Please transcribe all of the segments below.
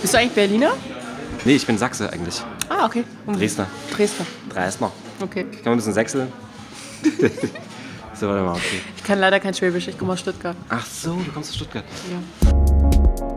Bist du eigentlich Berliner? Nee, ich bin Sachse eigentlich. Ah, okay. Und Dresdner. Dresdner. Dresdner. Okay. Ich kann ein bisschen Sächseln. so, warte mal. Okay. Ich kann leider kein Schwäbisch, ich komme aus Stuttgart. Ach so, du kommst aus Stuttgart. Ja.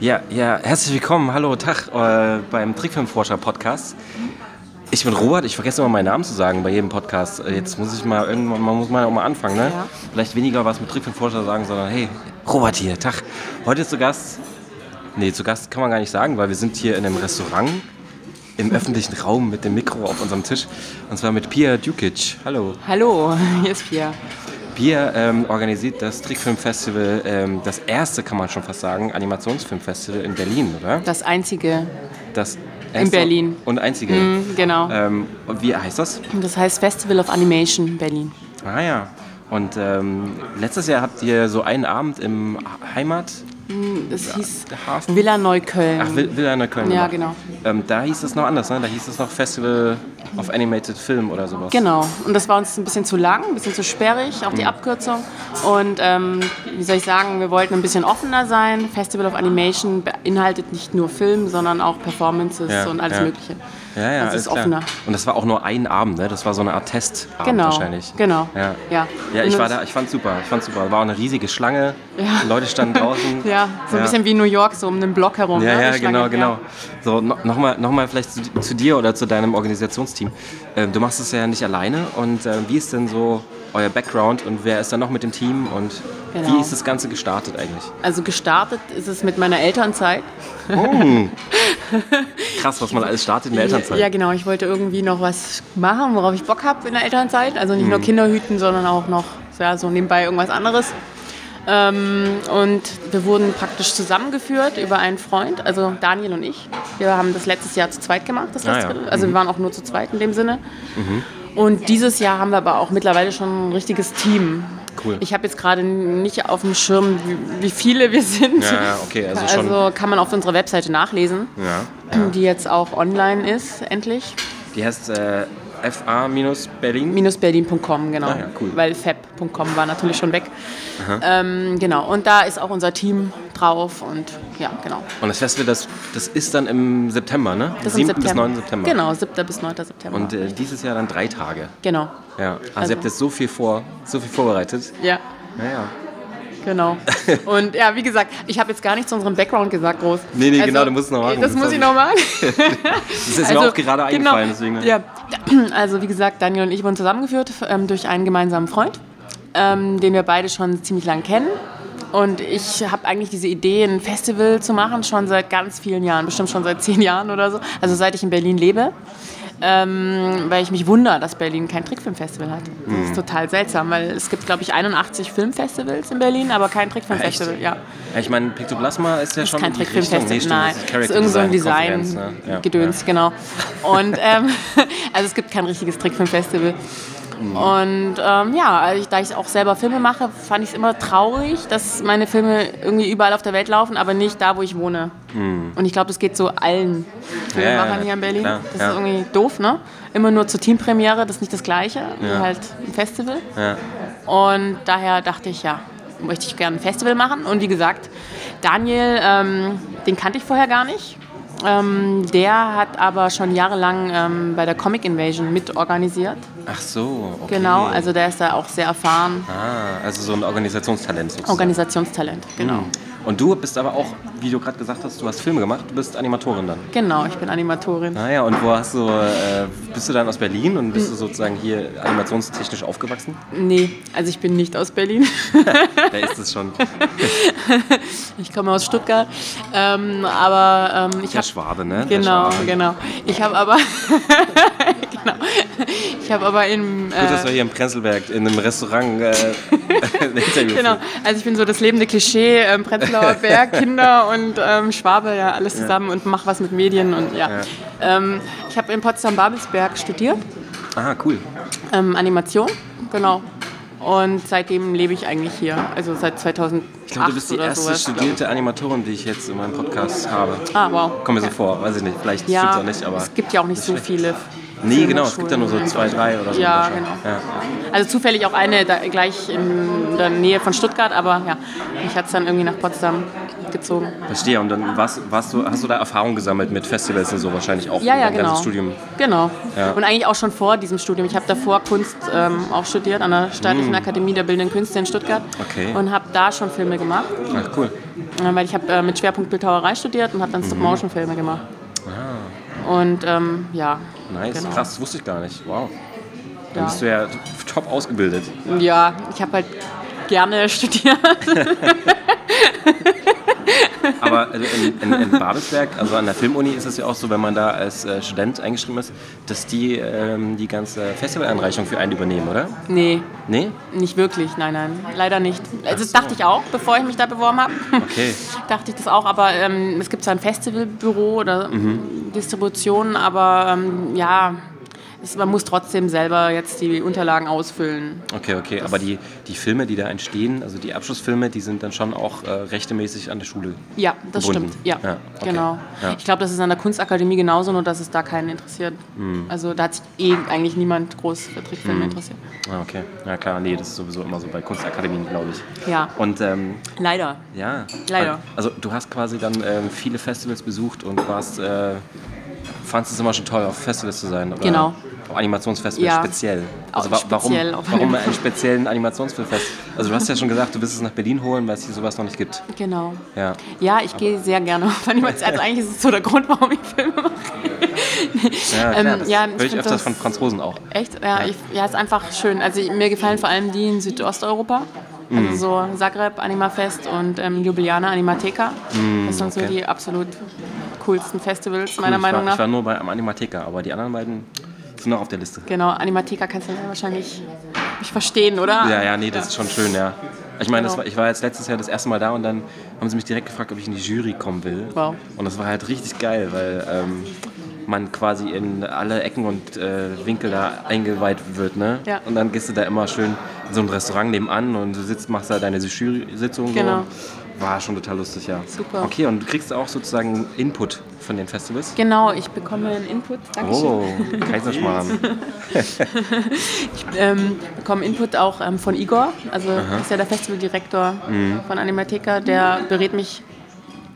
Ja, ja, herzlich willkommen, hallo, Tag äh, beim Trickfilmforscher-Podcast. Ich bin Robert, ich vergesse immer meinen Namen zu sagen bei jedem Podcast. Äh, Jetzt muss ich mal irgendwann, man muss mal auch mal anfangen, ne? Ja. Vielleicht weniger was mit Trickfilmforscher sagen, sondern hey, Robert hier, Tag. Heute zu Gast, nee, zu Gast kann man gar nicht sagen, weil wir sind hier in einem Restaurant im öffentlichen Raum mit dem Mikro auf unserem Tisch und zwar mit Pia Dukic. Hallo. Hallo, hier ist Pia. Pia ähm, organisiert das Trickfilmfestival, ähm, das erste kann man schon fast sagen, Animationsfilmfestival in Berlin, oder? Das einzige. Das erste Berlin. Und einzige. Hm, genau. Ähm, und wie heißt das? Das heißt Festival of Animation Berlin. Ah ja. Und ähm, letztes Jahr habt ihr so einen Abend im Heimat. Das hieß Hafen? Villa Neukölln. Ach, Will- Villa in der Köln. Ja, gemacht. genau. Ähm, da hieß es noch anders, ne? Da hieß es noch Festival of Animated Film oder sowas. Genau. Und das war uns ein bisschen zu lang, ein bisschen zu sperrig, auch die Abkürzung. Und ähm, wie soll ich sagen, wir wollten ein bisschen offener sein. Festival of Animation beinhaltet nicht nur Film, sondern auch Performances Ja, und alles ja. Mögliche. Ja, ja, Das ist alles offener. klar. Und das war auch nur ein Abend, ne? Das war so eine Art Testabend Genau. wahrscheinlich. Genau. Ja. Ja. Ja, ich Und war das- da, ich fand's super, ich fand's super. War auch eine riesige Schlange, Ja. Leute standen draußen. Ja, so ein bisschen wie New York, so um den Block herum. Ja, ne? ja, Die Schlange, genau, ja. genau. So, no, nochmal noch mal vielleicht zu, zu dir oder zu deinem Organisationsteam. Ähm, du machst es ja nicht alleine und ähm, wie ist denn so euer Background und wer ist da noch mit dem Team und Genau. wie ist das Ganze gestartet eigentlich? Also gestartet ist es mit meiner Elternzeit. Krass, was man alles startet in der Elternzeit. Ja, genau. Ich wollte irgendwie noch was machen, worauf ich Bock habe in der Elternzeit. Also nicht nur Mhm. Kinder hüten, sondern auch noch ja, so nebenbei irgendwas anderes. Ähm, und wir wurden praktisch zusammengeführt über einen Freund, also Daniel und ich. Wir haben das letztes Jahr zu zweit gemacht, das Ah, ja. Mhm. Festival. Also wir waren auch nur zu zweit in dem Sinne. Und dieses Jahr haben wir aber auch mittlerweile schon ein richtiges Team. Cool. Ich habe jetzt gerade nicht auf dem Schirm, wie, wie viele wir sind. Ja, ja, okay, also schon. Also kann man auf unserer Webseite nachlesen, ja. die jetzt auch online ist, endlich. Die heißt äh, FA-Berlin. Minusberlin.com, genau. Ah ja, cool. Weil fab.com war natürlich schon weg. Ähm, genau, und da ist auch unser Team drauf und ja, genau. Und das Festival, das, das ist dann im September, ne? Das ist 7. im September. bis 9. September. Genau, 7. bis 9. September. Und äh, dieses Jahr dann drei Tage. genau, Ja. Also, Also- ihr habt jetzt so viel vor, so viel vorbereitet. ja. Naja. Genau. Und ja, wie gesagt, ich habe jetzt gar nicht zu unserem Background gesagt, groß. Also, Nee, nee, genau, du musst noch machen. Das, Das muss hab ich ich- noch machen. Das ist mir auch gerade eingefallen, deswegen. ne? Also, genau. Ja, also wie gesagt, Daniel und ich wurden zusammengeführt ähm, durch einen gemeinsamen Freund, ähm, den wir beide schon ziemlich lang kennen. Und ich habe eigentlich diese Idee, ein Festival zu machen, schon seit ganz vielen Jahren, bestimmt schon seit zehn Jahren oder so. Also seit ich in Berlin lebe. Ähm, weil ich mich wundere, dass Berlin kein Trickfilmfestival hat. Das Mhm. ist total seltsam, weil es gibt, glaube ich, 81 Filmfestivals in Berlin, aber kein Trickfilmfestival. Echt? Ja. Ja, ich meine, Piktoplasma ist ja Das schon ist kein in die Richtung. Trickfilmfestival, Nee, stimmt, nein. Das ist Das Character ist irgend so ein Design, Design-Gedöns, Konferenz, ne? Ja, genau. Und ähm, also es gibt kein richtiges Trickfilmfestival. Mhm. Und ähm, ja, also ich, da ich auch selber Filme mache, fand ich es immer traurig, dass meine Filme irgendwie überall auf der Welt laufen, aber nicht da, wo ich wohne. Und ich glaube, das geht so allen Filmemachern Mhm. ja, hier in Berlin. klar, das ja. ist irgendwie doof, ne? Immer nur zur Teampremiere, das ist nicht das Gleiche wie Ja. halt ein Festival. Ja. Und daher dachte ich, ja, möchte ich gerne ein Festival machen. Und wie gesagt, Daniel, ähm, den kannte ich vorher gar nicht. Ähm, der hat aber schon jahrelang ähm, bei der Comic Invasion mitorganisiert. Ach so, okay. Genau, also der ist da auch sehr erfahren. Ah, also so ein Organisationstalent sozusagen. Organisationstalent, genau. Und du bist aber auch, wie du gerade gesagt hast, du hast Filme gemacht, du bist Animatorin dann. Genau, ich bin Animatorin. Naja, und wo hast du, äh, bist du dann aus Berlin und bist du sozusagen hier animationstechnisch aufgewachsen? Nee, also ich bin nicht aus Berlin. Da ist es schon. Ich komme aus Stuttgart. Ähm, aber ähm, ich Der habe Schwabe, ne? Der Genau, Schwabe. genau. Ich habe aber, genau. Ich habe aber im Gut, dass äh, wir hier im Prenzlberg in einem Restaurant äh, ein Interview genau. führen. Also ich bin so das lebende Klischee, ähm, Prenzlauer Berg, Kinder und ähm, Schwabe, ja alles zusammen und mach was mit Medien und ja. Ähm, ich habe in Potsdam Babelsberg studiert, Ah, cool. ähm, Animation, genau. Und seitdem lebe ich eigentlich hier, also seit 2000. Ich glaube, du acht bist die oder erste sowas. studierte Animatorin, die ich jetzt in meinem Podcast habe. Ah, wow. Kommt mir so vor, weiß ich nicht. Vielleicht Ja, stimmt's auch nicht, aber. es gibt ja auch nicht so viele. Nee, genau, es gibt ja nur so zwei, drei oder so. Ja, wahrscheinlich. genau. Ja. Also zufällig auch eine da, gleich in der Nähe von Stuttgart, aber ja, mich hat es dann irgendwie nach Potsdam gezogen. Verstehe, und dann warst, warst du, hast du da Erfahrung gesammelt mit Festivals und so wahrscheinlich auch Ja, ja, dein genau. ganzes Studium. Genau. Ja. Und eigentlich auch schon vor diesem Studium. Ich habe davor Kunst ähm, auch studiert an der Staatlichen Akademie der Bildenden Künste in Stuttgart Mm. Okay. und habe da schon Filme gemacht, Ach, cool. äh, weil ich habe äh, mit Schwerpunkt Bildhauerei studiert und habe dann Mhm. Stop-Motion-Filme gemacht. Ah. Und ähm, ja. Nice, Genau. krass, das wusste ich gar nicht. Wow. Dann Ja. bist du ja top ausgebildet. ja, ich habe halt gerne studiert. Aber also in, in, in Babelsberg, also an der Filmuni, ist es ja auch so, wenn man da als äh, Student eingeschrieben ist, dass die ähm, die ganze Festivalanreichung für einen übernehmen, oder? Nee, Nee? nicht wirklich. Nein, nein, leider nicht. Also, das so. dachte ich auch, bevor ich mich da beworben habe. Okay. dachte ich das auch, aber ähm, es gibt zwar ein Festivalbüro oder Distribution, aber ähm, ja, es, man muss trotzdem selber jetzt die Unterlagen ausfüllen. Okay, okay. Aber die, die Filme, die da entstehen, also die Abschlussfilme, die sind dann schon auch äh, rechtemäßig an der Schule. Ja, das Gebunden. stimmt. Ja, Ja, okay. genau. Ja. Ich glaube, das ist an der Kunstakademie genauso, nur dass es da keinen interessiert. Mhm. Also da hat sich eh eigentlich niemand groß für Trickfilme interessiert. Ah, okay. Ja klar, nee, das ist sowieso immer so bei Kunstakademien, glaube ich. Ja. Und ähm, Leider. ja. Leider. Also du hast quasi dann ähm, viele Festivals besucht und warst, äh, fandst es immer schon toll, auf Festivals zu sein. Oder Genau. Auf Animationsfestivals Ja. speziell. Also, Auch wa- speziell warum, auf warum einem- einen speziellen Animationsfilmfest? Also du hast ja schon gesagt, du willst es nach Berlin holen, weil es hier sowas noch nicht gibt. Genau. Ja. Ja, ich gehe sehr gerne auf Animation. Also eigentlich ist es so der Grund, warum ich Filme mache. Ja, Ähm, klar, das ja, ich höre ich find öfters das- von Franzosen auch. Echt? Ja, Ich, ja, ist einfach schön. Also mir gefallen vor allem die in Südosteuropa. Mhm. Also so Zagreb Animafest und ähm, Ljubljana Animateca. das sind so Mhm, okay. die absolut coolsten Festivals meiner Hm, ich Meinung war, Ich war nach. nur bei am Animatheker, aber die anderen beiden sind noch auf der Liste. Genau, Animateca kannst du ja wahrscheinlich nicht verstehen, oder? Ja, ja, nee, das ist schon schön, ja. Ich meine, das Genau. war, ich war jetzt letztes Jahr das erste Mal da und dann haben sie mich direkt gefragt, ob ich in die Jury kommen will. Wow. Und das war halt richtig geil, weil ähm, man quasi in alle Ecken und äh, Winkel da eingeweiht wird, ne? Ja. Und dann gehst du da immer schön in so ein Restaurant nebenan und du sitzt, machst da deine Jury-Sitzung. Genau. So. War schon total lustig, ja. Super. Okay, und du kriegst auch sozusagen Input von den Festivals? Genau, ich bekomme einen Input. Dankeschön. Oh, Kaiserschmarrn. ähm, bekommen Input auch ähm, von Igor, also ist ja der Festivaldirektor Mhm. von Animateca, der berät mich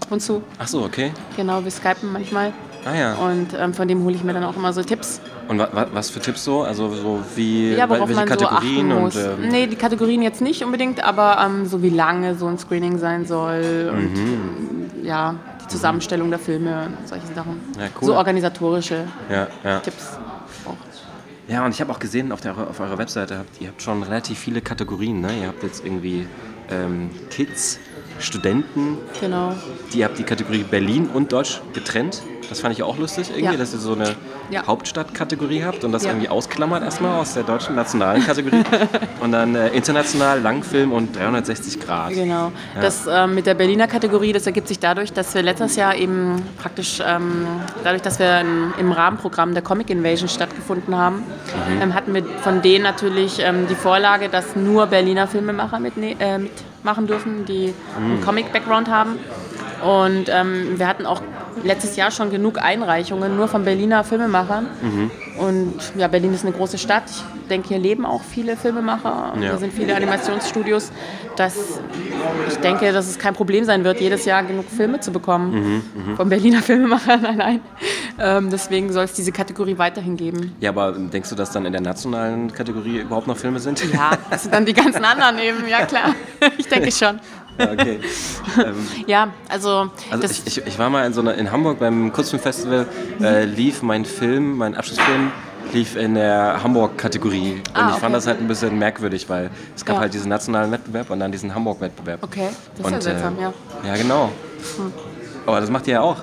ab und zu, Ach so, okay. genau, wir skypen manchmal Ah ja. und ähm, von dem hole ich mir dann auch immer so Tipps. Und wa wa was für Tipps so? Also so wie Ja, worauf welche man Kategorien so achten muss. und ähm, nee, die Kategorien jetzt nicht unbedingt, aber ähm, so wie lange so ein Screening sein soll und ähm, ja, die Zusammenstellung der Filme und solche Sachen. Mhm. Ja, cool. So organisatorische ja, ja. Tipps. ja, und ich habe auch gesehen auf, der, auf eurer Webseite, habt, ihr habt schon relativ viele Kategorien. Ne? Ihr habt jetzt irgendwie ähm, Kids, Studenten, Genau. die, ihr habt die Kategorie Berlin und Deutsch getrennt. Das fand ich auch lustig irgendwie, Ja. dass ihr so eine Ja. Hauptstadtkategorie habt und das Ja. irgendwie ausklammert erstmal aus der deutschen nationalen Kategorie. und dann äh, international, Langfilm und 360 Grad. Genau. Das ähm, mit der Berliner Kategorie, das ergibt sich dadurch, dass wir letztes Jahr eben praktisch, ähm, dadurch, dass wir im- im Rahmenprogramm der Comic Invasion stattgefunden haben, ähm, hatten wir von denen natürlich ähm, die Vorlage, dass nur Berliner Filmemacher mitne äh, mitmachen dürfen, die einen Comic-Background haben. Und ähm, wir hatten auch letztes Jahr schon genug Einreichungen, nur von Berliner Filmemachern. Und ja, Berlin ist eine große Stadt. Ich denke, hier leben auch viele Filmemacher. und Ja. Hier sind viele Animationsstudios. Dass ich denke, dass es kein Problem sein wird, jedes Jahr genug Filme zu bekommen. Mhm, Von Berliner Filmemachern allein. Ähm, deswegen soll es diese Kategorie weiterhin geben. Ja, aber denkst du, dass dann in der nationalen Kategorie überhaupt noch Filme sind? Ja, das sind dann die ganzen anderen eben. Ja, klar. Ich denke schon. Ja, okay. Ja, also, Also das, ich, ich, ich war mal in so einer, in Hamburg beim Kurzfilmfestival, äh, Mhm. lief mein Film, mein Abschlussfilm, lief in der Hamburg-Kategorie. Und Ah, ich fand okay. das halt ein bisschen merkwürdig, weil es gab Ja. halt diesen nationalen Wettbewerb und dann diesen Hamburg-Wettbewerb. äh, Okay, das ist ja seltsam, ja. Hm. Ja, genau. Aber das macht ihr ja auch,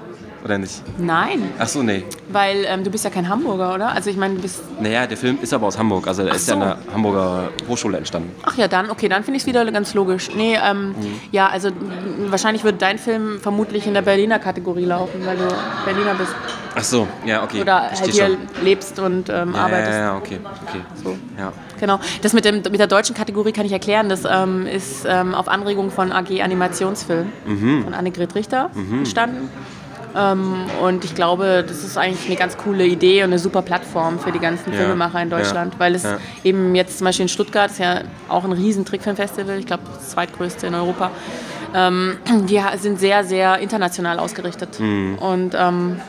oder nicht? nein, Ach so, nee. weil ähm, du bist ja kein Hamburger, oder? Also ich meine, du bist Naja, der Film ist aber aus Hamburg, also er ist ja so. an der Hamburger Hochschule entstanden. Ach ja, dann, okay, dann finde ich es wieder ganz logisch. Nee, ähm, Mhm. ja, also m, wahrscheinlich wird dein Film vermutlich in der Berliner Kategorie laufen, weil du Berliner bist. Ach so, ja, okay. Oder halt Versteh hier schon. lebst und ähm, ja, ja, arbeitest. ja, ja, okay. okay. Ja. Genau. Das mit, dem, mit der deutschen Kategorie kann ich erklären. Das ähm, ist ähm, auf Anregung von AG Animationsfilm Mhm. von Annegret Richter entstanden. Ähm, und ich glaube, das ist eigentlich eine ganz coole Idee und eine super Plattform für die ganzen Ja, Filmemacher in ja, Deutschland. Weil es ja. eben jetzt zum Beispiel in Stuttgart ist ja auch ein riesen Trickfilmfestival, ich glaube das zweitgrößte in Europa. Ähm, die ha- sind sehr, sehr international ausgerichtet. Mhm. Und ähm,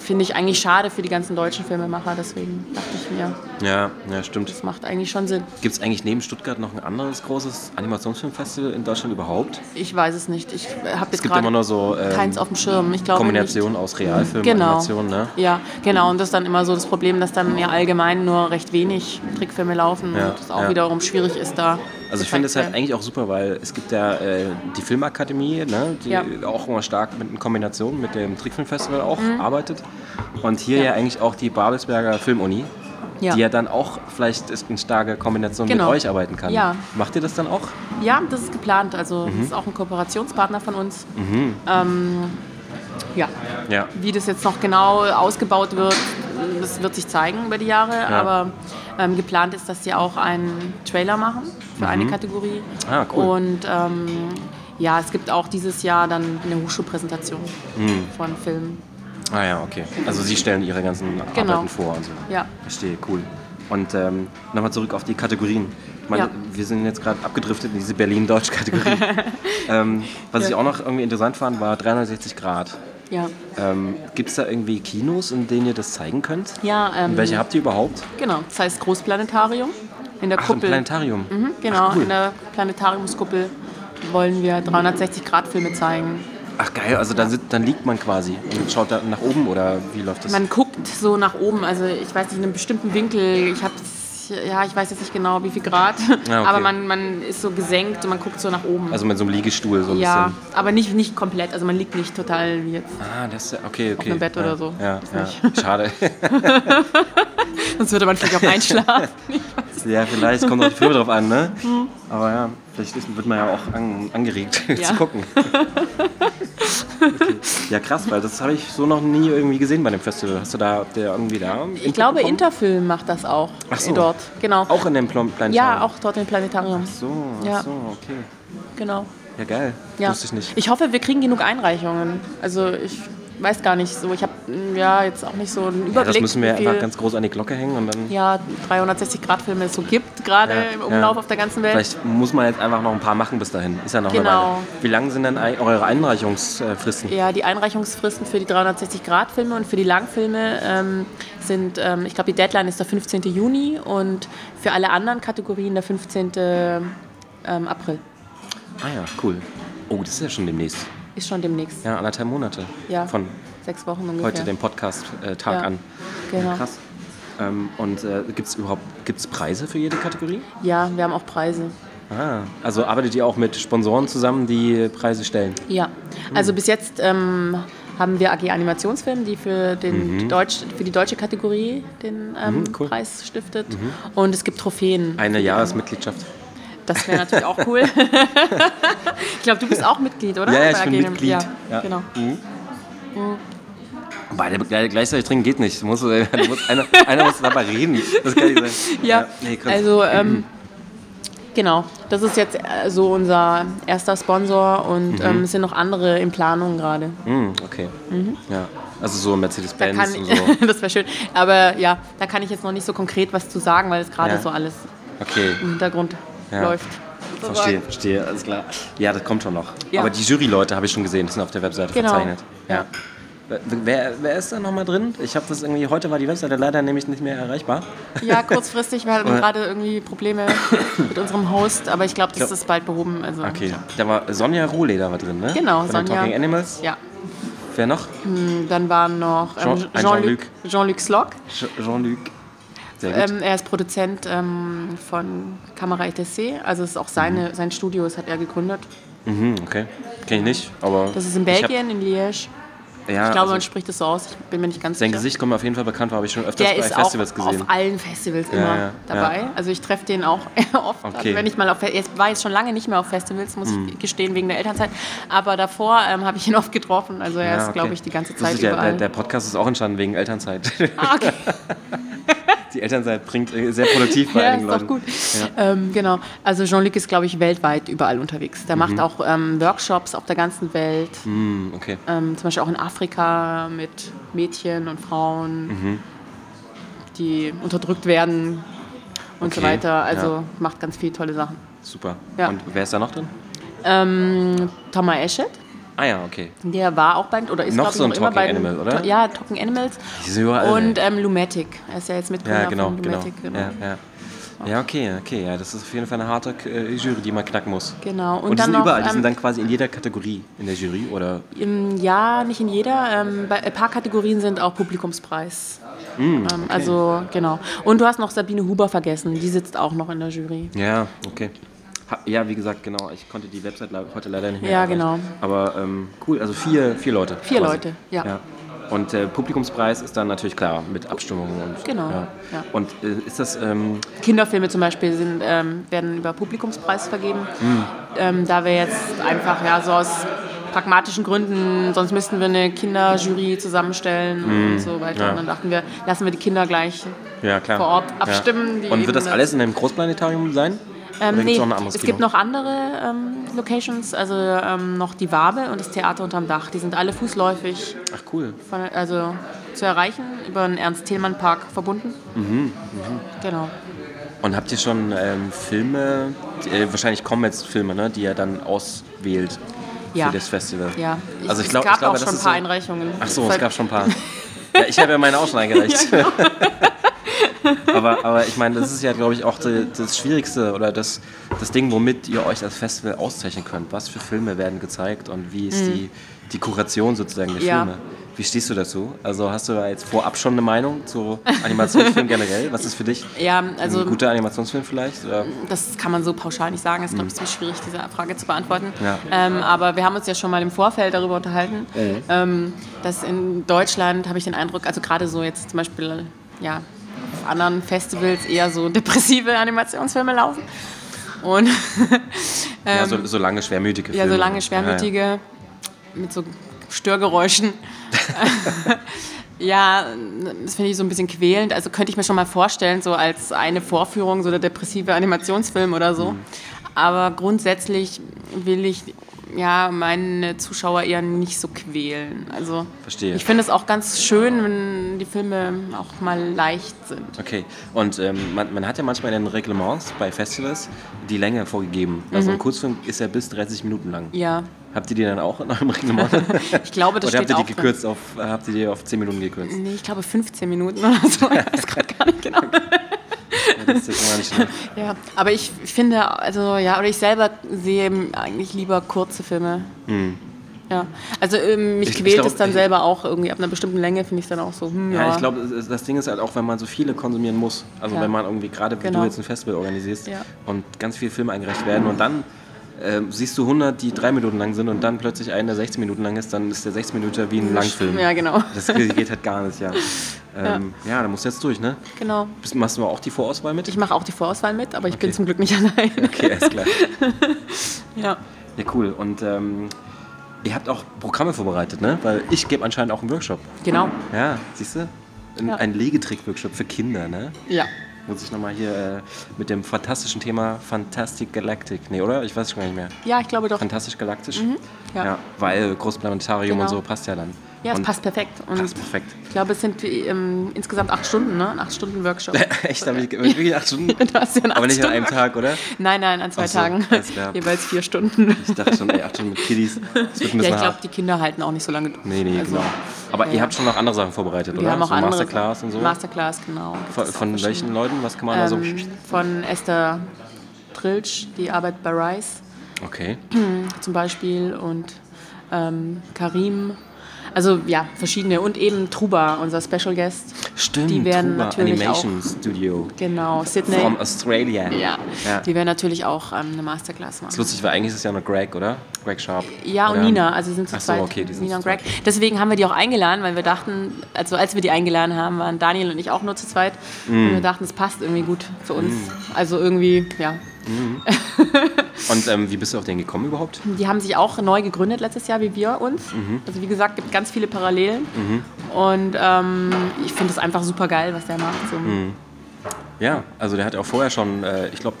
finde ich eigentlich schade für die ganzen deutschen Filmemacher. Deswegen dachte ich mir, Ja, ja, stimmt. das macht eigentlich schon Sinn. Gibt es eigentlich neben Stuttgart noch ein anderes großes Animationsfilmfestival in Deutschland überhaupt? Ich weiß es nicht. Ich habe Es jetzt gibt immer gerade nur so ähm, keins auf dem Schirm. Ich glaube Kombinationen aus Realfilm und Genau. Animation, ne? Nicht. Ja, genau. Und das ist dann immer so das Problem, dass dann ja allgemein nur recht wenig Trickfilme laufen Ja, und es auch ja. wiederum schwierig ist, da. Also ich gezeigt finde es halt werden. eigentlich auch super, weil es gibt ja äh, die Filmakademie, ne, die Ja. auch immer stark mit in Kombination mit dem Trickfilmfestival auch Mhm. arbeitet. Und hier ja. eigentlich auch die Babelsberger Filmuni, ja. die ja dann auch vielleicht ist in starker Kombination Genau. mit euch arbeiten kann. Ja. Macht ihr das dann auch? Ja, das ist geplant. Also Mhm. das ist auch ein Kooperationspartner von uns. Ähm, ja, Ja. wie das jetzt noch genau ausgebaut wird, das wird sich zeigen über die Jahre. Aber ähm, geplant ist, dass sie auch einen Trailer machen für eine Kategorie. Mhm. Ah, cool. Und ähm, ja, es gibt auch dieses Jahr dann eine Hochschulpräsentation Mhm. von Filmen. Ah ja, okay. Also sie stellen ihre ganzen Genau. Arbeiten vor und so. Ja. Verstehe, cool. Und ähm, nochmal zurück auf die Kategorien. Ich meine, Ja. Wir sind jetzt gerade abgedriftet in diese Berlin-Deutsch-Kategorie. ähm, was ich auch noch irgendwie interessant fand, war 360 Grad. Ja, Ähm, Gibt es da irgendwie Kinos, in denen ihr das zeigen könnt? ja ähm, Und welche habt ihr überhaupt? genau. Das heißt Großplanetarium in der Ach, im Kuppel. Planetarium. Mhm, genau, Ach, cool. in der Planetariumskuppel wollen wir 360-Grad-Filme zeigen. Ach geil, also dann, sit- dann liegt man quasi und schaut da nach oben oder wie läuft das? Man guckt so nach oben, also ich weiß nicht, in einem bestimmten Winkel. Ich habe ja, ich weiß jetzt nicht genau, wie viel Grad, Ja, Ah, okay. aber man, man ist so gesenkt und man guckt so nach oben. also mit so einem Liegestuhl so ein ja, bisschen. aber nicht, nicht komplett, also man liegt nicht total wie jetzt. Ah, das ist ja, okay, okay. einem Bett ja, oder so. Ja, Weiß ja. Schade. Sonst würde man vielleicht auch einschlafen. Ja, vielleicht kommt auch die Filme drauf an, ne? Aber ja, vielleicht ist, wird man ja auch an, angeregt zu Hm. Ja. gucken. okay. Ja, krass, weil das habe ich so noch nie irgendwie gesehen bei dem Festival. Hast du da habt ihr irgendwie da? Ich glaube, Interfilm macht das auch Ach so. dort. Genau. Auch in dem Plan Planetarium? ja, auch dort im Planetarium. So, ach Ja. so, okay. Genau. Ja, geil. Ja. Wusste ich nicht. hoffe, wir kriegen genug Einreichungen. Also ich weiß gar nicht so. Ich habe ja jetzt auch nicht so einen Ja, Überblick. das müssen wir wie viel- einfach ganz groß an die Glocke hängen und dann. ja, 360 Grad Filme es so gibt gerade Ja, im Umlauf ja. auf der ganzen Welt. Vielleicht muss man jetzt einfach noch ein paar machen bis dahin. Ist ja noch eine Genau. Weile. Wie lang sind denn ei- eure Einreichungsfristen? Ja, die Einreichungsfristen für die 360-Grad-Filme und für die Langfilme ähm, sind, ähm, ich glaube, die Deadline ist der 15. Juni und für alle anderen Kategorien der 15. Ähm, April. Ah ja, cool. Oh, das ist ja schon demnächst. Ist schon demnächst. Ja, anderthalb Monate Ja. von Sechs Wochen ungefähr. heute, dem Podcast-Tag Ja. an. Genau. Krass. Ähm, und äh, gibt es überhaupt gibt's Preise für jede Kategorie? Ja, wir haben auch Preise. Ah, also arbeitet ihr auch mit Sponsoren zusammen, die Preise stellen? Ja, also bis jetzt ähm, haben wir AG Animationsfilm, die für, den Deutsch, für die deutsche Kategorie den ähm, Mhm. cool. Mhm. Ah, Preis stiftet. Und es gibt Trophäen. Eine Jahresmitgliedschaft. Das wäre natürlich auch cool. ich glaube, du bist auch Mitglied, oder? Ja, ja, ich Ah, Bei bin AG Anim- Mitglied. Ja, Ja. Mhm. Genau. Mhm. Beide gleich- gleichzeitig trinken geht nicht. Du musst, du musst, einer, einer muss dabei reden. Das kann nicht sein. Ja, nee, krass. also ähm, genau, das ist jetzt äh, so unser erster Sponsor und Mhm. ähm, es sind noch andere in Planung gerade. Hm, okay. Ja. Also so Mhm. Da kann Mercedes-Benz und ich, so. das wäre schön. Aber ja, da kann ich jetzt noch nicht so konkret was zu sagen, weil es gerade Ja. so alles Okay, im Hintergrund Ja. läuft. verstehe, verstehe, alles klar. Ja, das kommt schon noch. Ja. Aber die Jury-Leute habe ich schon gesehen, die sind auf der Webseite Genau. verzeichnet. Ja. Ja. Wer- Wer, wer ist da nochmal drin? Ich habe das irgendwie, heute war die Webseite leider nämlich nicht mehr erreichbar. Ja, kurzfristig, wir hatten Oder- gerade irgendwie Probleme mit unserem Host, aber ich glaube, das ist bald behoben. Also, Okay, da war Sonja Rohle da war drin, ne? Genau, Von den Sonja. Talking Animals. Ja, Wer noch? und dann waren noch ähm, Jean- ein Jean-Luc Jean Slock. Je- Jean-Luc. Sehr gut. Ähm, er ist Produzent ähm, von Kamera ETC, also es ist auch seine, sein Studio, das hat er gegründet. Mhm, okay. Kenne ich nicht, aber. Das ist in ich hab- Belgien, in Liège. Ja, ich glaube, man also, spricht es so aus. Ich bin mir nicht ganz sein sicher. Gesicht kommt mir auf jeden Fall bekannt vor, habe ich schon öfters der bei ist Festivals auch gesehen. auf allen Festivals immer Ja, ja, dabei. Also ich treffe den auch oft. Okay. Mhm. Also wenn ich mal auf Fe- jetzt war jetzt schon lange nicht mehr auf Festivals, muss ich gestehen wegen der Elternzeit. Aber davor ähm, habe ich ihn oft getroffen. Also er Ja, ist, okay. glaube ich, die ganze Das Zeit ist ja, der, überall. der Podcast ist auch entstanden wegen Elternzeit. ah, okay. Die Elternzeit bringt äh, sehr produktiv bei ja, einigen ist Leuten. doch gut. Ähm, genau. Also Jean-Luc ist, glaube ich, weltweit überall unterwegs. Mhm. Der macht auch ähm, Workshops auf der ganzen Welt. Hm, okay. Ähm, zum Beispiel auch in Afrika mit Mädchen und Frauen, Mhm. die unterdrückt werden und so Okay, weiter. Also ja. macht ganz viele tolle Sachen. Super. Ja. Und wer ist da noch drin? Ähm, Thomas Eschett, Ah ja, okay. der war auch bei oder ist Noch glaub ich, so ein noch immer Talking bei den- Animal, oder? To- Ja, Talking Animals Die sind überall. und ey. ähm, Lumatic. Er ist ja jetzt Mitgründer ja, genau, von genau. Lumatic. Genau. Ja, ja. ja, okay, okay. Ja, das ist auf jeden Fall eine harte äh, Jury, die man knacken muss. Genau. Und, die sind noch, überall, die ähm, sind dann quasi in jeder Kategorie in der Jury oder im, ja, nicht in jeder. Ähm, bei, ein paar Kategorien sind auch Publikumspreis. Mm, ähm, Also genau. Und du hast noch Sabine Huber vergessen. Die sitzt auch noch in der Jury. Ja, okay. Ha- Ja, wie gesagt, genau. Ich konnte die Website le- heute leider nicht mehr. Ja, erreichen. genau. Aber ähm, cool, also vier, vier Leute. Vier Leute, ja. Und der Publikumspreis ist dann natürlich klar mit Abstimmungen und. Genau, ja. Und äh, ist das. Ähm, Kinderfilme zum Beispiel sind, ähm, werden über Publikumspreis vergeben. Ähm, da wir jetzt einfach ja, so aus pragmatischen Gründen, sonst müssten wir eine Kinderjury zusammenstellen und so weiter. Mhm. ja. Und dann dachten wir, lassen wir die Kinder gleich. ja, klar. Vor Ort abstimmen, die Ja. Und wird das eben alles in einem Großplanetarium sein? Ähm, Oder gibt's nee, noch ein anderes es Kino? gibt noch andere ähm, Locations, also ähm, noch die Wabe und das Theater unterm Dach. Die sind alle fußläufig Ach, cool. von, also, zu erreichen, über den Ernst-Thälmann-Park verbunden. Mhm, Genau. Und habt ihr schon ähm, Filme? Die, äh, wahrscheinlich kommen jetzt Filme, ne, die ihr dann auswählt Ja. für das Festival. Ja. Also ich, glaub, es gab ich glaube, auch das schon ein ist paar so- Einreichungen. Ach so, es Seit- gab schon ein paar. Ja, ich habe ja meine auch schon eingereicht. genau. aber, aber ich meine, das ist ja, glaube ich, auch die, das Schwierigste oder das, das Ding, womit ihr euch als Festival auszeichnen könnt. Was für Filme werden gezeigt und wie ist die, die Kuration sozusagen der Mhm. Ja. Filme? Wie stehst du dazu? Also hast du da jetzt vorab schon eine Meinung zu Animationsfilmen generell? Was ist für dich Ja, also ein guter Animationsfilm vielleicht? Oder? das kann man so pauschal nicht sagen. Es ist, glaube ich, ziemlich schwierig, diese Frage zu beantworten. Ja. Ähm, aber wir haben uns ja schon mal im Vorfeld darüber unterhalten, ähm, dass in Deutschland habe ich den Eindruck, also gerade so jetzt zum Beispiel, ja, auf anderen Festivals eher so depressive Animationsfilme laufen. Und ja, so, so lange schwermütige Filme. Ähm, ja, so lange Ja, schwermütige mit so Störgeräuschen. ja, das finde ich so ein bisschen quälend. Also könnte ich mir schon mal vorstellen, so als eine Vorführung, so der depressive Animationsfilm oder Mhm. so. Aber grundsätzlich will ich ja meine Zuschauer eher nicht so quälen. Also Verstehe. ich finde es auch ganz schön, wenn die Filme auch mal leicht sind. Okay, und ähm, man, man hat ja manchmal in den Reglements bei Festivals die Länge vorgegeben. Also ein Kurzfilm ist ja bis 30 Minuten lang. Mhm. Ja, Habt ihr die dann auch in eurem Reglement? ich glaube, das Oder steht habt ihr die auch drin. gekürzt auf, äh, habt ihr die auf 10 Minuten gekürzt? Nee, ich glaube 15 Minuten oder so. Ich weiß gerade gar nicht genau. Das ist immer nicht schlimm. Ja, aber ich finde, also ja, oder ich selber sehe eigentlich lieber kurze Filme. Ja, also ähm, mich Hm. Ich- ich quält glaub- es dann selber auch irgendwie. Ab einer bestimmten Länge finde ich es dann auch so. Hm, Ja, ich glaube, es ist- das Ding ist halt auch, wenn man so viele konsumieren muss. Also Ja. wenn man irgendwie gerade, wie Genau. du jetzt ein Festival organisierst Ja. und ganz viele Filme eingereicht werden und dann ähm, siehst du 100, die drei Minuten lang sind und dann plötzlich einer, der 16 Minuten lang ist, dann ist der 16 Minuten wie ein Langfilm. Ja, genau. Das geht halt gar nicht, ja. Ähm, ja. da musst du jetzt durch, ne? Genau. Bist- Machst du auch die Vorauswahl mit? Ich mache auch die Vorauswahl mit, aber ich bin Okay. zum Glück nicht allein. Okay, alles klar. Ja. Ja, cool. Und ähm, ihr habt auch Programme vorbereitet, ne? Weil ich gebe anscheinend auch einen Workshop. Genau. Ja, siehst du? Ein, Ja. ein Legetrick-Workshop für Kinder, ne? Ja. Muss ich nochmal hier äh, mit dem fantastischen Thema Fantastic Galactic. Nee, oder? Ich weiß es gar nicht mehr. Ja, ich glaube doch. Mhm. Fantastisch Galaktisch? ja. weil Großplanetarium und Genau. so passt ja dann. Ja, es und passt perfekt. Und Passt perfekt. ich glaube, es sind ähm, insgesamt acht Stunden, ne? Ein acht Stunden Workshop. Echt, habe ich wirklich acht Stunden. Du hast ja einen Aber nicht an Acht-Stunden- einem Tag, oder? Nein, nein, an zwei Ach so, Tagen. alles klar. Jeweils vier Stunden. Ich dachte schon, ey, acht Stunden mit Kiddies. Das wird ein Ja, bisschen ich hart. glaube, die Kinder halten auch nicht so lange durch. Nee, nee, Also, genau. Aber ihr ja. habt schon noch andere Sachen vorbereitet, Wir oder? haben auch so andere. Masterclass und so. Masterclass, genau. von von welchen Leuten? Was kann man da so? Ähm, von Esther Trilsch, die arbeitet bei Rice Okay. zum Beispiel und ähm, Karim. Also ja, verschiedene. Und eben Truba, unser Special Guest. Stimmt, Die werden Truba natürlich Animation Studio Genau, Sydney. from Australia. ja. Ja. Die werden natürlich auch ähm, eine Masterclass machen. Ist lustig, weil eigentlich ist es ja nur Greg, oder? Greg Sharp. Ja, und Oder- Nina, also sie sind zu Ach so, zweit. okay, die sind Nina zu und Greg. Deswegen haben wir die auch eingeladen, weil wir dachten, also als wir die eingeladen haben, waren Daniel und ich auch nur zu zweit. Mm. Und wir dachten, es passt irgendwie gut für uns. Also irgendwie, ja. Und ähm, wie bist du auf den gekommen überhaupt? Die haben sich auch neu gegründet letztes Jahr, wie wir uns. Mhm. Also wie gesagt, gibt ganz viele Parallelen. Und ähm, ich finde es einfach super geil, was der macht. So, Mhm. Ja, also der hat auch vorher schon, äh, ich glaube,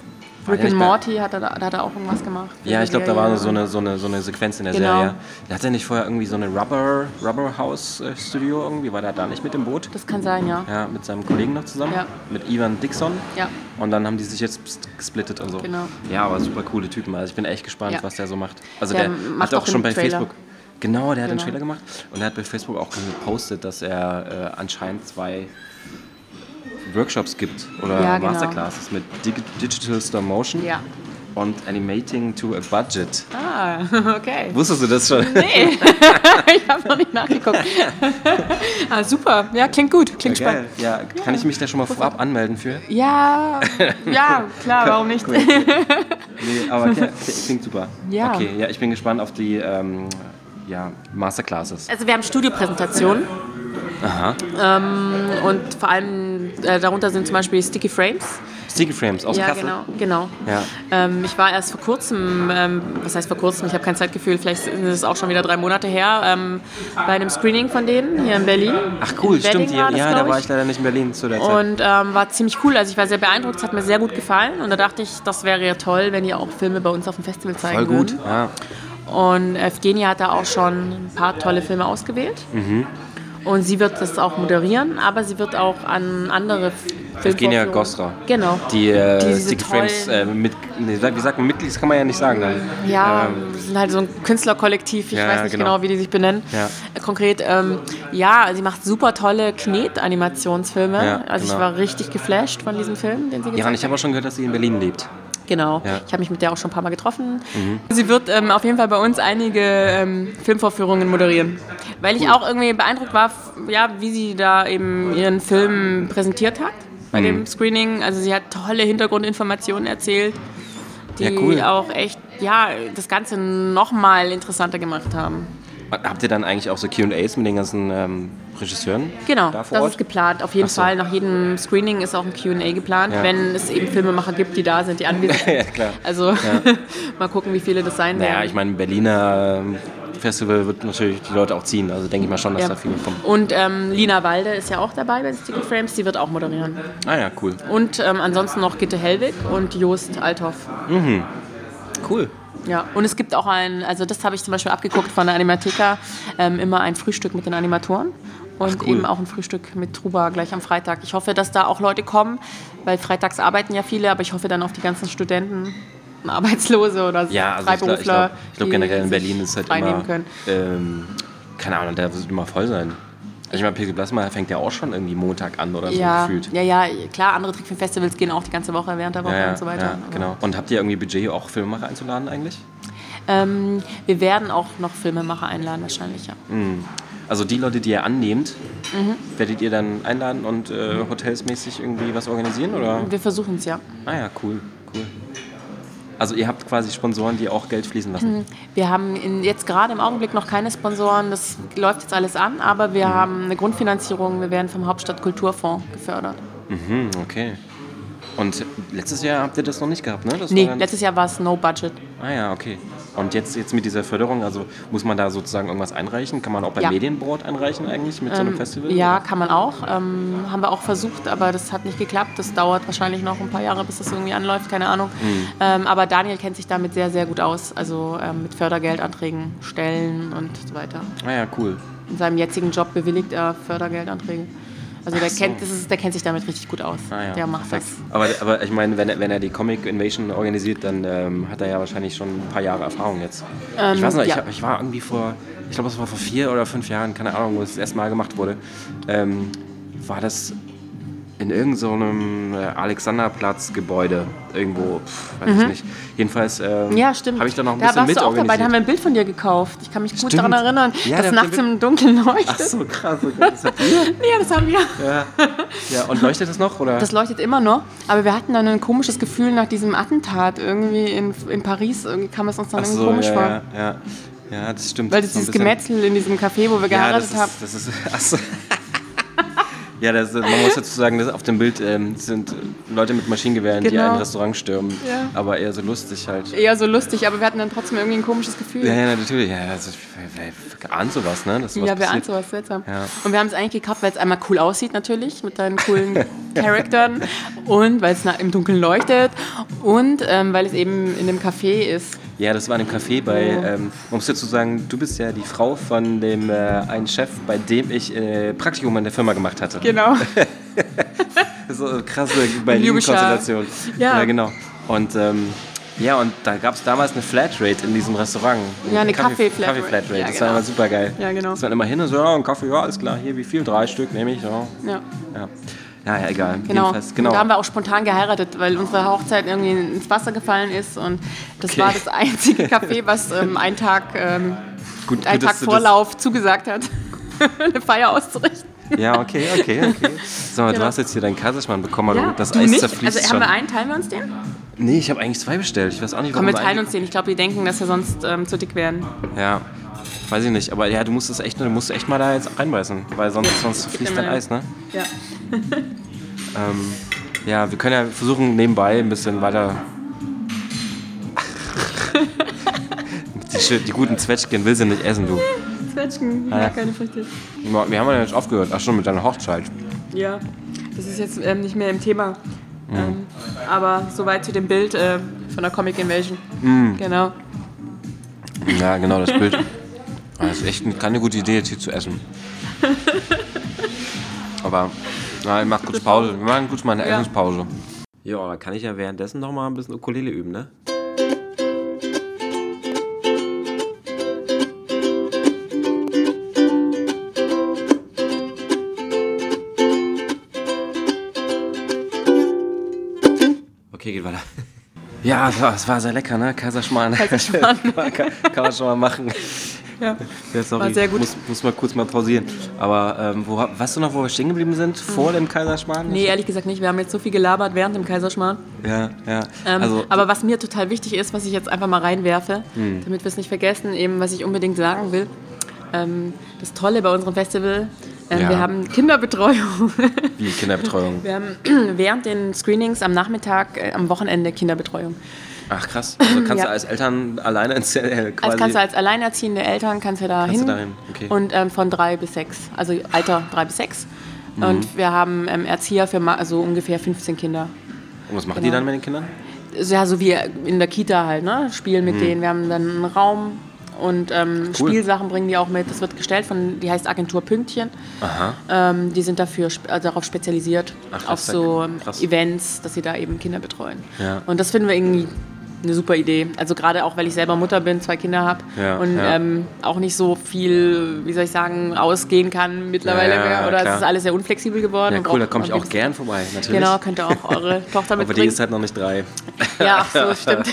Rick and Morty hat er, da, da hat er auch irgendwas gemacht. Ja, ich glaube, da war Ja. so eine, so, eine, so eine Sequenz in der Genau. Serie. Hat er nicht vorher irgendwie so eine Rubber, Rubber House äh, Studio irgendwie? War der da nicht mit dem Boot? Das kann sein, ja. Ja, mit seinem Kollegen noch zusammen, Ja. mit Ivan Dixon. Ja. Und dann haben die sich jetzt ges- gesplittet und so. Genau. Ja, aber super coole Typen. Also ich bin echt gespannt, Ja. was der so macht. Also Der der, macht hat auch auch den schon bei Trailer. Facebook. Genau, der hat den Genau. Trailer gemacht und er hat bei Facebook auch gepostet, dass er äh, anscheinend zwei Workshops gibt oder Ja, genau. Masterclasses mit Dig Digital Stop Motion Ja. und Animating to a Budget. Ah, okay. Wusstest du das schon? Nee, ich habe noch nicht nachgeguckt. ah, super, ja, klingt gut, klingt Ja, geil. spannend. Ja, kann ich mich da schon mal vorab anmelden für? Ja, ja, klar, warum nicht? Nee, aber kli- kli- klingt super. Ja. Okay, ja, ich bin gespannt auf die ähm, ja, Masterclasses. Also wir haben Studiopräsentationen Ähm, Aha. und vor allem äh, darunter sind zum Beispiel Sticky Frames. Sticky Frames aus ja, Kassel. genau, genau. Ja. Ähm, ich war erst vor kurzem, ähm, was heißt vor kurzem, ich habe kein Zeitgefühl, vielleicht ist es auch schon wieder drei Monate her, ähm, bei einem Screening von denen hier in Berlin. Ach cool, In Wedding stimmt. war Ja, das, ja glaub da war ich leider nicht in Berlin zu der Zeit. Und ähm, war ziemlich cool. Also ich war sehr beeindruckt, es hat mir sehr gut gefallen. Und da dachte ich, das wäre ja toll, wenn ihr auch Filme bei uns auf dem Festival zeigen Voll gut. würden. Ja. Und äh, Evgenia hat da auch schon ein paar tolle Filme ausgewählt. Mhm. Und sie wird das auch moderieren, aber sie wird auch an andere Filme. Evgenia Gosra. Genau. Die äh, Diese Sticky tollen- Frames, äh, mit, nee, wie sagt man, Mitglied, das kann man ja nicht sagen. Dann. Ja, Ähm, wir sind halt so ein Künstlerkollektiv, ich Ja, weiß nicht genau. genau. wie die sich benennen. Ja. Äh, Konkret, ähm, ja, sie macht super tolle Knet-Animationsfilme. Ja, also genau. ich war richtig geflasht von diesem Film, den sie gezeigt ja, und ich habe auch schon gehört, dass sie in Berlin lebt. Genau. Ja. Mhm. Ich habe mich mit der auch schon ein paar Mal getroffen. Sie wird ähm, auf jeden Fall bei uns einige ähm, Filmvorführungen moderieren. Weil ich auch irgendwie beeindruckt war, f- ja, wie sie da eben ihren Film präsentiert hat bei Mhm. dem Screening. Also sie hat tolle Hintergrundinformationen erzählt, die Ja, cool. auch echt ja, das Ganze nochmal interessanter gemacht haben. Habt ihr dann eigentlich auch so QAs mit den ganzen ähm, Regisseuren? Genau, Da vor das Ort? ist geplant. Auf jeden Ach so. Fall, nach jedem Screening ist auch ein QA geplant, Ja. wenn es eben Filmemacher gibt, die da sind, die anwesend sind. ja, klar. Also mal gucken, wie viele das sein Naja, werden. ich meine, Berliner ähm, Festival wird natürlich die Leute auch ziehen. Also denke ich mal schon, dass Ja. da viele kommen. Und ähm, Lina Walde ist ja auch dabei bei den Sticky Frames, die wird auch moderieren. Ah ja, cool. Und ähm, ansonsten noch Gitte Hellwig und Joost Althoff. Cool. Ja, und es gibt auch ein, also das habe ich zum Beispiel abgeguckt von der Animatheka, ähm, immer ein Frühstück mit den Animatoren. Und cool. eben auch ein Frühstück mit Truba gleich am Freitag. Ich hoffe, dass da auch Leute kommen, weil freitags arbeiten ja viele, aber ich hoffe dann auf die ganzen Studenten, Arbeitslose oder Ja, also ich glaube ich Freiberufler. glaub, ich glaub die generell in sich Berlin ist halt frei nehmen immer, Können. Ähm, keine Ahnung, da wird immer voll sein. Also ich meine, Plasma fängt ja auch schon irgendwie Montag an oder so Ja, gefühlt. ja, ja, klar, andere Trickfilmfestivals gehen auch die ganze Woche während der Woche und so weiter. ja, Aber- genau. Und habt ihr irgendwie Budget, auch Filmemacher einzuladen eigentlich? Ähm, wir werden auch noch Filmemacher einladen, wahrscheinlich, ja. Also die Leute, die ihr annehmt, Mhm. werdet ihr dann einladen und äh, hotelsmäßig irgendwie was organisieren? Oder? Wir versuchen es ja. Ah ja, cool, cool. Also ihr habt quasi Sponsoren, die auch Geld fließen lassen. Wir haben in, jetzt gerade im Augenblick noch keine Sponsoren, das läuft jetzt alles an, aber wir haben eine Grundfinanzierung, wir werden vom Hauptstadtkulturfonds gefördert. Mhm, okay. Und letztes Jahr habt ihr das noch nicht gehabt, ne? Das war Nee, dann- letztes Jahr war es No Budget. Ah ja, okay. Und jetzt, jetzt mit dieser Förderung, also muss man da sozusagen irgendwas einreichen? Kann man auch beim Ja. Ähm, Medienboard einreichen eigentlich mit so einem Festival? Ja, kann man auch. Ähm, haben wir auch versucht, aber das hat nicht geklappt. Das dauert wahrscheinlich noch ein paar Jahre, bis das irgendwie anläuft, keine Ahnung. Ähm, aber Daniel kennt sich damit sehr, sehr gut aus. Also ähm, mit Fördergeldanträgen, Stellen und so weiter. Ah ja, cool. In seinem jetzigen Job bewilligt er Fördergeldanträge. Also der, so. kennt, das ist, der kennt sich damit richtig gut aus. Ah ja, der macht perfekt. das. Aber, aber ich meine, wenn, er- wenn er die Comic Invasion organisiert, dann ähm, hat er ja wahrscheinlich schon ein paar Jahre Erfahrung jetzt. ich weiß noch, Ähm, ich, ja. hab- ich war irgendwie vor, ich glaube, es war vor vier oder fünf Jahren, keine Ahnung, wo es das erste Mal gemacht wurde, ähm, war das in irgendeinem so äh, Alexanderplatz-Gebäude irgendwo, pf, weiß ich nicht. Jedenfalls ähm, Mhm. Ja, stimmt. habe ich da noch ein da bisschen warst mit du auch dabei, da haben organisiert. wir ein Bild von dir gekauft. Ich kann mich gut Stimmt. daran erinnern, Ja, dass da- nachts da- im Dunkeln leuchtet. Ach so, krass. Okay, das hat, ja. Ja, das haben wir. ja, und leuchtet das noch? Oder? Das leuchtet immer noch, aber wir hatten dann ein komisches Gefühl nach diesem Attentat irgendwie in, in Paris. Irgendwie kam es uns dann Ach irgendwie so, komisch ja, vor. ja, ja, ja, das stimmt. Weil das das ist noch dieses ein bisschen- Gemetzel in diesem Café, wo wir geheiratet ja, haben. das ist, das ist, ach so. Ja, das, man muss dazu sagen, dass auf dem Bild ähm, sind Leute mit Maschinengewehren, die Genau. ein Restaurant stürmen. Ja. Aber eher so lustig halt. Eher so lustig, aber wir hatten dann trotzdem irgendwie ein komisches Gefühl. Ja, Ja, ja, natürlich. Ja, also, wer, wer ahnt sowas, ne? Dass sowas wir ahnen passiert. sowas seltsam. Ja. Und wir haben es eigentlich gekauft, weil es einmal cool aussieht natürlich, mit deinen coolen Charaktern und weil es na- im Dunkeln leuchtet und ähm, weil es eben in einem Café ist. Ja, das war in einem Café bei, ähm, man muss dazu sagen, du bist ja die Frau von dem äh, einen Chef, bei dem ich äh, Praktikum an der Firma gemacht hatte. Genau. So eine krasse Berlin-Konstellation. Ja. genau. Und ähm, ja, und da gab es damals eine Flatrate in diesem Restaurant. Ja, eine Kaffee- Kaffee-Flatrate. Kaffee-Flatrate. Ja, das war genau. immer super geil. Ja, genau. Das war immer hin und so, ja, ein Kaffee, ja, alles klar, hier, wie viel? Drei Stück nehme ich, ja. Ja. Ja, ja, ja egal. Genau. Jedenfalls, genau. Und da haben wir auch spontan geheiratet, weil unsere Hochzeit irgendwie ins Wasser gefallen ist und das Okay. war das einzige Café, was ähm, einen Tag, ähm, gut, gut, einen Tag dass du das- Vorlauf zugesagt hat, eine Feier auszurichten. Ja, okay, okay, okay. So, du Genau. hast jetzt hier deinen Kaiserschmarrn bekommen, aber Ja, das du Eis nicht? zerfließt Also haben schon. wir einen, teilen wir uns den? nee, ich habe eigentlich zwei bestellt. Ich weiß auch nicht, Komm, warum wir wir teilen uns den. Ich glaube, die denken, dass wir sonst ähm, zu dick werden. einen- Ja, weiß ich nicht. Aber ja, du musst es echt, du musst echt mal da jetzt reinbeißen, weil sonst, sonst fließt immer dein rein. Eis, ne? Ja. Ja, wir können ja versuchen, nebenbei ein bisschen weiter. die, schö- die guten Zwetschgen will sie nicht essen, du. Zwetschgen, Ah ja, keine Früchte. Wir haben ja jetzt aufgehört. Ach schon, mit deiner Hochzeit. Ja, das ist jetzt ähm, nicht mehr im Thema. Ähm, aber soweit zu dem Bild äh, von der Comic Invasion. Mhm. Genau. Ja, genau, das Bild. Das ist echt keine gute Idee, jetzt hier zu essen. Aber, nein, macht kurz Pause. Wir machen kurz mal eine Ja. Essenspause. Ja, da kann ich ja währenddessen noch mal ein bisschen Ukulele üben, ne? Okay, geht weiter. Ja, es war, es war sehr lecker, ne? Kaiserschmarrn. Kaiserschmarrn. kann, kann man schon mal machen. Ja. Ja, sorry, War sehr gut. Muss, muss mal kurz mal pausieren. Aber ähm, wo, weißt du noch, wo wir stehen geblieben sind? Vor dem Kaiserschmarrn? Nee, ehrlich gesagt nicht. Wir haben jetzt so viel gelabert während dem Kaiserschmarrn. Ja, ja. Ähm, also, Mhm. aber was mir total wichtig ist, was ich jetzt einfach mal reinwerfe, damit wir es nicht vergessen, eben was ich unbedingt sagen will. Ähm, das Tolle bei unserem Festival, ähm, Ja. wir haben Kinderbetreuung. wie Kinderbetreuung. Wir haben während den Screenings am Nachmittag, äh, am Wochenende Kinderbetreuung. Ach krass. Also kannst Ja. du als Eltern alleine ins äh, quasi. Also kannst du als alleinerziehende Eltern kannst du da Kannst hin. du da hin, okay. Und ähm, von drei bis sechs, also Alter drei bis sechs. Mhm. Und wir haben ähm, Erzieher für ma- also ungefähr 15 Kinder. Und was machen die Genau. dann mit den Kindern? Also, ja, so wie in der Kita halt, ne? Spielen mit denen. Wir haben dann einen Raum und ähm, Mhm. Cool. Spielsachen bringen die auch mit. Das wird gestellt von, die heißt Agentur Pünktchen. Aha. Ähm, die sind dafür sp- also darauf spezialisiert, Ach, auf krass, so ja, krass. Events, dass sie da eben Kinder betreuen. Ja. Und das finden wir irgendwie eine super Idee. Also gerade auch, weil ich selber Mutter bin, zwei Kinder habe Ja, und ja. Ähm, auch nicht so viel, wie soll ich sagen, ausgehen kann mittlerweile Ja, ja, mehr. Oder klar. es ist alles sehr unflexibel geworden. Ja, und cool, da braucht- komme ich man- auch gern vorbei, natürlich. Genau, könnt ihr auch eure Tochter Aber die mitbringen. ist halt noch nicht drei. Ja, ach so, stimmt.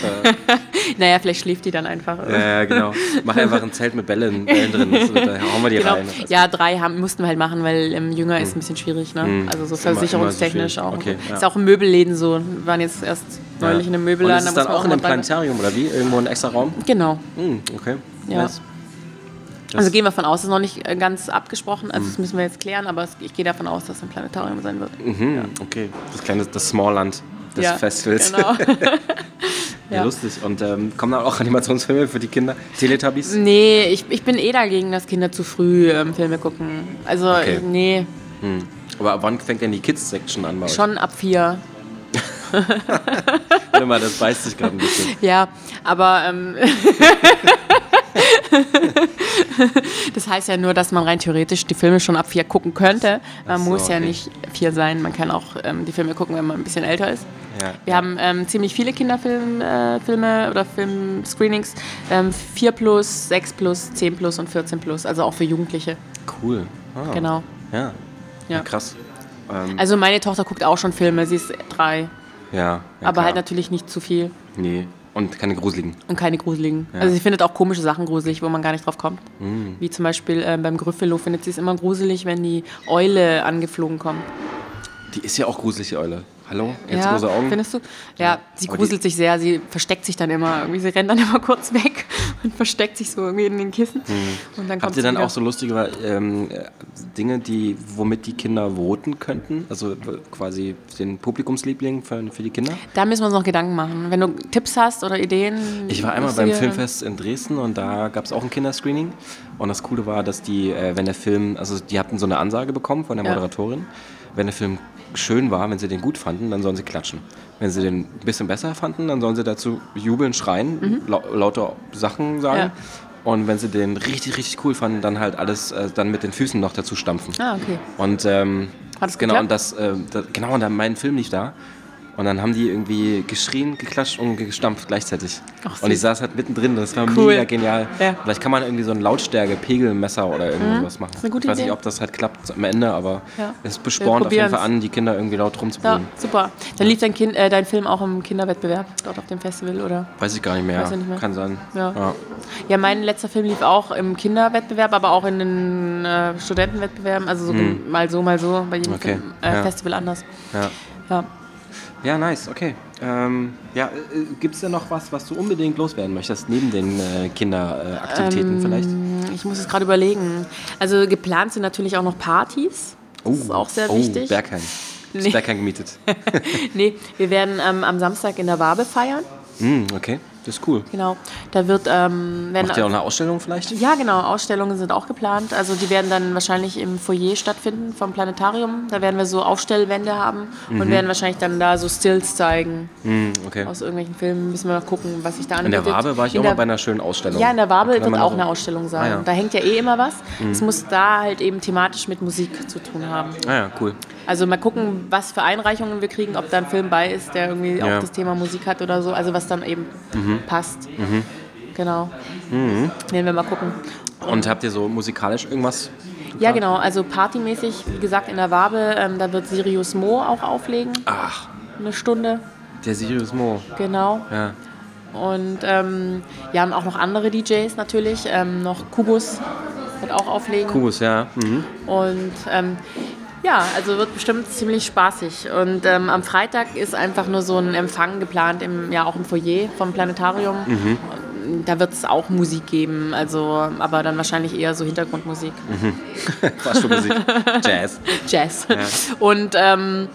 naja, vielleicht schläft die dann einfach. Ja, genau. Mach einfach ein Zelt mit Bällen, Bällen drin. Das, da hauen wir die Genau. rein. Das Ja, drei haben, mussten wir halt machen, weil ähm, jünger ist ein bisschen schwierig, ne? Also so Hm. immer- versicherungstechnisch immer so auch. schwierig. Okay, ja. Ist auch in Möbelläden so. Wir waren jetzt erst neulich in einem Und Möbelladen. ist es da dann muss man auch in einem mal dran- Planetarium oder wie? Irgendwo ein extra Raum? Genau. Hm, okay. Ja. Nice. Also gehen wir von aus, das ist noch nicht äh, ganz abgesprochen, also Hm. das müssen wir jetzt klären, aber es- ich gehe davon aus, dass es ein Planetarium sein wird. Mhm, okay. Das kleine, das Smallland des Ja, Festivals. Genau. Ja. Ja. lustig. Und ähm, kommen da auch Animationsfilme für die Kinder? Teletubbies? Nee, ich, ich bin eh dagegen, dass Kinder zu früh ähm, Filme gucken. Also, Okay. ich- nee, Aber ab wann fängt denn die Kids-Section an bei euch? schon ab vier. Warte mal, das beißt sich gerade ein bisschen. Ja, aber ähm, das heißt ja nur, dass man rein theoretisch die Filme schon ab vier gucken könnte. Man Ach so, muss ja okay. nicht vier sein, man kann auch ähm, die Filme gucken, wenn man ein bisschen älter ist. Ja. Wir haben ähm, ziemlich viele Kinderfilme äh, Filme oder Filmscreenings. Ähm, 4 plus, 6 plus, 10 plus und 14 plus, also auch für Jugendliche. Cool. Ah, Genau. Ja. Ja. ja, krass. Ähm, Also meine Tochter guckt auch schon Filme, sie ist drei. Ja. ja aber halt klar. natürlich nicht zu viel Nee. Und keine gruseligen. und keine gruseligen. Also sie findet auch komische Sachen gruselig, wo man gar nicht drauf kommt. Mm. Wie zum Beispiel ähm, beim Gryffalo findet sie es immer gruselig, wenn die Eule angeflogen kommt. Die ist ja auch gruselig, die Eule. Hallo? Jetzt ja, große Augen. Findest du? Ja, sie Aber die- gruselt sich sehr, sie versteckt sich dann immer. Irgendwie, sie rennt dann immer kurz weg und versteckt sich so irgendwie in den Kissen. Und dann kommt Mm. Habt sie ihr dann wieder. auch so lustige ähm, äh, Dinge, die, womit die Kinder voten könnten? Also äh, quasi den Publikumsliebling für, für die Kinder? Da müssen wir uns noch Gedanken machen. Wenn du Tipps hast oder Ideen. Ich war einmal beim lustige- Filmfest in Dresden und da gab es auch ein Kinderscreening. Und das Coole war, dass die, äh, wenn der Film, also die hatten so eine Ansage bekommen von der Ja. Moderatorin, wenn der Film schön war, wenn sie den gut fanden, dann sollen sie klatschen. Wenn sie den ein bisschen besser fanden, dann sollen sie dazu jubeln, schreien, lau lauter Sachen sagen. Mhm. Ja. Und wenn sie den richtig, richtig cool fanden, dann halt alles äh, dann mit den Füßen noch dazu stampfen. Ah, okay. Und ähm, Hat es genau, und geklappt? das, äh, das, genau, und dann mein Film lief da. Und dann haben die irgendwie geschrien, geklatscht und gestampft gleichzeitig. Ach, und ich süß. saß halt mittendrin, das war Cool. mega genial. Ja. Mhm. Vielleicht kann man irgendwie so ein Lautstärke-Pegelmesser oder irgendwie sowas machen. ist eine gute ich weiß Idee. nicht, ob das halt klappt am Ende, aber Ja. es Wir bespornt auf jeden Fall probieren's. an, die Kinder irgendwie laut Ja, rumzubrüllen. super. Dann lief dein, kind, äh, dein Film auch im Kinderwettbewerb dort auf dem Festival, oder? Weiß ich gar nicht mehr. Weiß ich nicht mehr. Kann sein. Ja. Ja, mein letzter Film lief auch im Kinderwettbewerb, aber auch in den äh, Studentenwettbewerben. Also so mal so, mal so, bei jedem Hm. Okay, Film, äh, ja. Festival anders. Ja. Ja. Ja, nice, okay. Ähm, ja, äh, gibt es denn noch was, was du unbedingt loswerden möchtest, neben den äh, Kinderaktivitäten Ähm, vielleicht? Ich muss es gerade überlegen. Also geplant sind natürlich auch noch Partys. Das ist auch sehr oh, wichtig. Bergheim. Nee. Nee. Ist Bergheim gemietet. Nee, wir werden ähm, am Samstag in der Wabe feiern. Hm, okay, das ist cool. Genau. Da wird ähm, werden Macht ihr auch eine Ausstellung vielleicht? Ja, genau. Ausstellungen sind auch geplant. Also die werden dann wahrscheinlich im Foyer stattfinden vom Planetarium. Da werden wir so Aufstellwände haben und Mhm. werden wahrscheinlich dann da so Stills zeigen Hm, okay. aus irgendwelchen Filmen. Müssen wir noch gucken, was sich da In anbietet. der Wabe war ich In auch mal der- bei einer schönen Ausstellung. Ja, in der Da Wabe kann wird man auch so- eine Ausstellung sein. Ah, ja. Mhm. Da hängt ja eh immer was. Es muss da halt eben thematisch mit Musik zu tun haben. Ah ja, cool. Also mal gucken, was für Einreichungen wir kriegen, ob da ein Film bei ist, der irgendwie Ja. Mhm. auch das Thema Musik hat oder so. Also was dann eben passt. Genau. Werden wir mal gucken. Und habt ihr so musikalisch irgendwas? Ja, genau. Also partymäßig, wie gesagt, in der Wabe, ähm, da wird Sirius Mo auch auflegen. Ach, Eine Stunde, der Sirius Mo. genau. Ja. Und ähm, ja, und auch noch andere DJs natürlich. Ähm, noch Kubus wird auch auflegen. Kubus, ja. Mhm. Und ähm, ja, also wird bestimmt ziemlich spaßig. Und ähm, am Freitag ist einfach nur so ein Empfang geplant, im, ja auch im Foyer vom Planetarium. Da wird es auch Musik geben, also, aber dann wahrscheinlich eher so Hintergrundmusik. Fast schon Musik. Jazz. Jazz. Und ähm,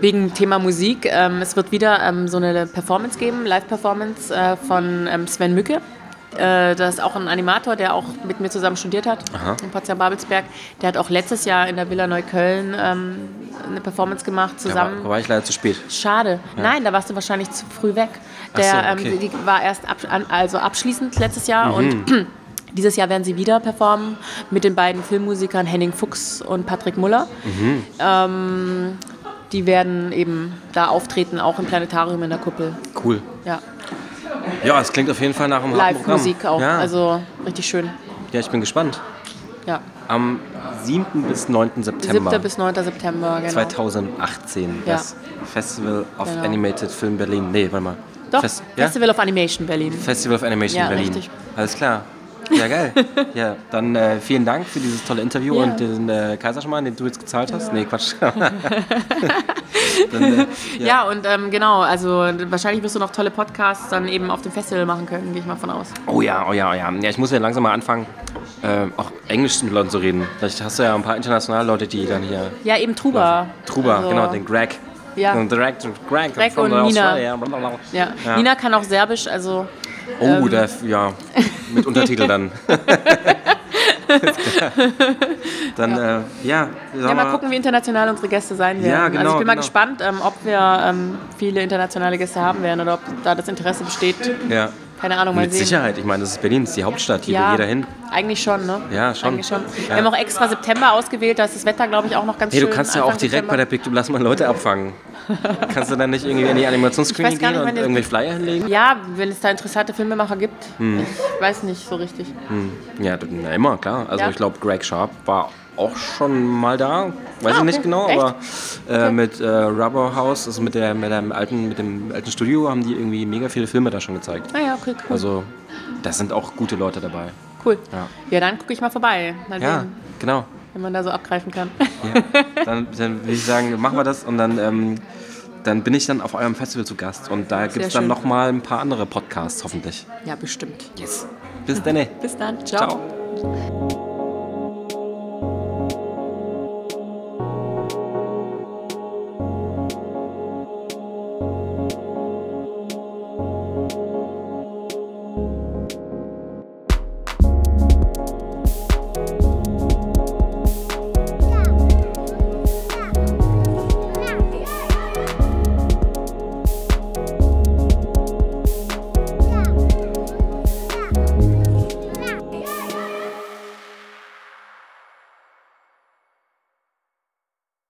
wegen Thema Musik, ähm, es wird wieder ähm, so eine Performance geben, Live-Performance äh, von ähm, Sven Mücke. Äh, Das ist auch ein Animator, der auch mit mir zusammen studiert hat in Potsdam-Babelsberg. Der hat auch letztes Jahr in der Villa Neukölln ähm, eine Performance gemacht Da war, zusammen. war ich leider zu spät. Schade. Nein, da warst du wahrscheinlich zu früh weg. Ach Der so, ähm, okay. die war erst ab, an, also abschließend letztes Jahr Mhm. und dieses Jahr werden sie wieder performen mit den beiden Filmmusikern Henning Fuchs und Patrick Muller. Mhm. Ähm, die werden eben da auftreten, auch im Planetarium in der Kuppel. Cool. Ja, Ja, es klingt auf jeden Fall nach einem harten Programm. Live-Musik auch. Ja. Also richtig schön. ja, ich bin gespannt. Ja. Am 7. bis 9. September 7. bis 9. September, genau. 2018. Ja. Das Festival of Genau. Animated Film Berlin. Nee, warte mal. Doch, Fest- ja? Festival of Animation Berlin. Festival of Animation Ja, Berlin. richtig. Alles klar. Ja, geil. ja, dann äh, vielen Dank für dieses tolle Interview Ja. und den äh, Kaiserschmarrn, den du jetzt gezahlt hast. Nee, Quatsch. dann, äh, Ja, und ähm, genau, also wahrscheinlich wirst du noch tolle Podcasts dann eben auf dem Festival machen können, gehe ich mal von aus. oh ja, oh ja, oh ja. Ja, ich muss ja langsam mal anfangen, äh, auch Englisch mit Leuten zu reden. Vielleicht hast du ja ein paar internationale Leute, die dann hier... Ja, eben Truba. Truba, Also, genau, den Greg. Ja. Den Greg, Greg, Greg from und Nina. Australia, blablabla. Ja. Ja. Nina kann auch Serbisch, also Oh, der, ja, mit Untertitel dann. dann, ja, äh, ja, sag ja, mal gucken, wie international unsere Gäste sein werden. Ja, genau, also ich bin mal genau. gespannt, ähm, ob wir ähm, viele internationale Gäste haben werden oder ob da das Interesse besteht. Ja. Keine Ahnung, mal Mit sehen. Sicherheit, ich meine, das ist Berlin, das ist die Hauptstadt, hier Ja, will jeder hin. eigentlich schon, ne? Ja, schon. Eigentlich schon. Ja. Wir haben auch extra September ausgewählt, da ist das Wetter, glaube ich, auch noch ganz Hey, schön. du kannst ja auch Anfang direkt September. bei der Big, du lass mal Leute abfangen. kannst du dann nicht irgendwie in die Animationsscreen Ich weiß gar nicht, gehen und wann der- irgendwie Flyer hinlegen? Ja, wenn es da interessante Filmemacher Hm. gibt. Ich weiß nicht so richtig. Ja, du- na, immer, klar. Also Ja. ich glaube, Greg Sharp war auch schon mal da, weiß Ah, ich nicht okay. genau, Echt? aber äh, mit äh, Rubber House, also mit, der, mit, dem alten, mit dem alten Studio, haben die irgendwie mega viele Filme da schon gezeigt. Ah ja, okay, cool. Also, da sind auch gute Leute dabei. cool. Ja. Ja, dann gucke ich mal vorbei. Mal Ja, sehen, genau. wenn man da so abgreifen kann. Ja. Dann, dann würde ich sagen, machen wir das und dann, ähm, dann bin ich dann auf eurem Festival zu Gast und da gibt es dann schön. nochmal ein paar andere Podcasts, hoffentlich. ja, bestimmt. Yes. Bis dann. Bis dann. Ciao. Ciao.